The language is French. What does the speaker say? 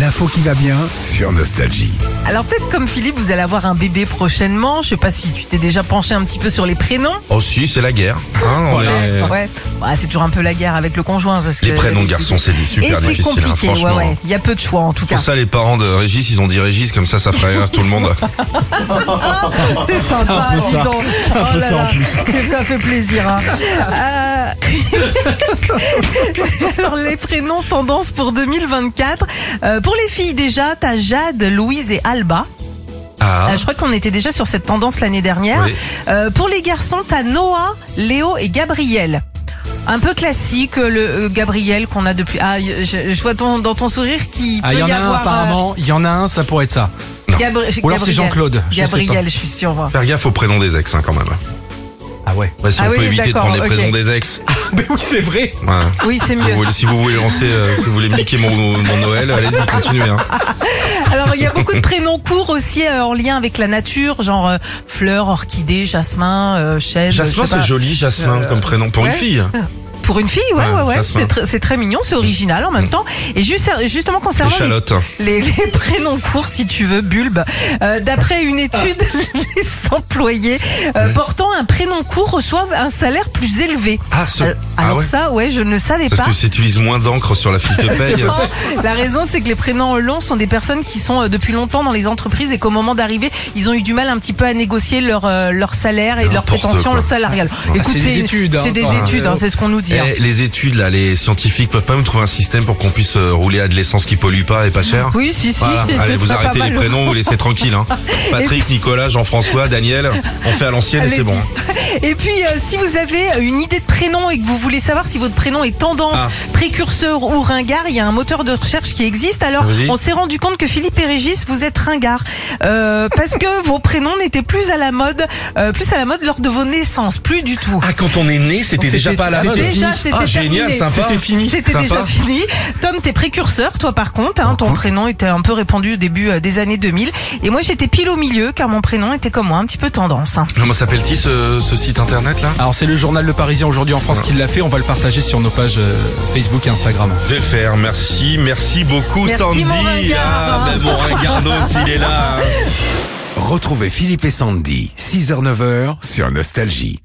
L'info qui va bien sur Nostalgie. Alors peut-être comme Philippe, vous allez avoir un bébé prochainement. Je sais pas si tu t'es déjà penché un petit peu sur les prénoms. Oh si, c'est la guerre. hein, on est- Ouais. Bah, c'est toujours un peu la guerre avec le conjoint parce que Les prénoms garçons, c'est des Et super c'est difficile, hein, compliqué. ouais, franchement. ouais. Il y a peu de choix en tout Pour cas. ça, les parents de Régis, ils ont dit Régis, comme ça, ça ferait rire tout le monde. C'est sympa, peu dis ça. donc. Oh là là, c'est- ça fait plaisir. hein. Euh, Alors les prénoms tendance pour 2024. Euh, pour les filles déjà, t'as Jade, Louise et Alba. Ah, Euh, je crois qu'on était déjà sur cette tendance l'année dernière. Oui. Euh, pour les garçons, t'as Noah, Léo et Gabriel. Un peu classique euh, le euh, Gabriel qu'on a depuis. Ah, je, je vois ton, dans ton sourire qui peut Ah, il y en a un avoir. euh, apparemment, il y en a un, ça pourrait être ça. Gabri- Ou alors c'est Gabriel. Jean-Claude, je sais pas. Gabriel, je suis sûre. moi. faire gaffe aux prénoms des ex, hein, quand même. Ah ouais. Ouais, si Ah on oui, peut éviter de d'accord, prendre les ok. Ah. prénoms des ex. Mais oui, c'est vrai. Ouais. Oui, c'est Ah, Vous mieux. voulez- si vous voulez lancer, euh, si vous voulez niquer mon, mon Noël, allez-y, continuez. hein. Ah, Alors il y a beaucoup de prénoms courts aussi euh, en lien avec la nature, genre euh, fleur, orchidée, jasmin, euh, chêne. Jasmin, je sais c'est pas. Euh, joli, Jasmin, comme prénom pour ouais. une fille. Pour une fille, ouais, Ouais, Ah, ouais, ouais. jasmin. C'est tr- c'est très mignon, c'est original en Mm. même temps. Et juste, euh, justement concernant les Échalote. les, les prénoms courts, si tu veux, Bulbe. Euh, D'après une étude, Ah. les employés euh, portant un prénom court reçoivent un salaire plus élevé. Ah, ce... Alors, ah alors ouais. ça, ouais, je ne le savais Ça pas. s'utilise moins d'encre sur la fiche de paye. Non, La raison, c'est que les prénoms longs sont des personnes qui sont euh, depuis longtemps dans les entreprises et qu'au moment d'arriver, ils ont eu du mal un petit peu à négocier leur euh, leur salaire et leurs N'importe prétentions quoi. salariales. c'est des études, hein, c'est des quand même. études, hein, c'est ce qu'on nous dit. hein. Eh, les études, là, les scientifiques peuvent pas nous trouver un système pour qu'on puisse euh, rouler à de l'essence qui pollue pas et pas cher Oui, si, si, Eh. Voilà. c'est- ce Allez, vous sera arrêtez pas les mal. prénoms, vous laissez tranquille. Hein. Patrick, Nicolas, Jean-François, Daniel, on fait à l'ancienne et Allez-y. c'est bon. Et puis, euh, si vous avez une idée de prénom et que vous voulez savoir si votre prénom est tendance, Ah. précurseur ou ringard, il y a un moteur de recherche qui existe. Alors, Vas-y. on s'est rendu compte que Philippe et Régis, vous êtes ringard euh, parce que vos prénoms n'étaient plus à la mode, euh, plus à la mode lors de vos naissances, plus du tout. Ah, quand on est né, c'était déjà pas à la mode. Déjà, c'était ah, génial, terminé. sympa. C'était fini. C'était Sympa. déjà fini. Tom, t'es précurseur, toi par contre. hein, ton prénom était un peu répandu au début euh, des années 2000. Et moi, j'étais pile au milieu car mon prénom était comme moi, un petit peu tendance. hein. Comment s'appelle-t-il ce, ce site internet là Alors c'est le journal Le Parisien aujourd'hui en France qui l'a fait. On va le partager sur nos pages euh, Facebook et Instagram. Je vais le faire, merci, merci beaucoup Merci, Sandy. mon ringard. ah, ben, mon ringardos, il est là. hein. Retrouvez Philippe et Sandy, 6h-9h sur Nostalgie.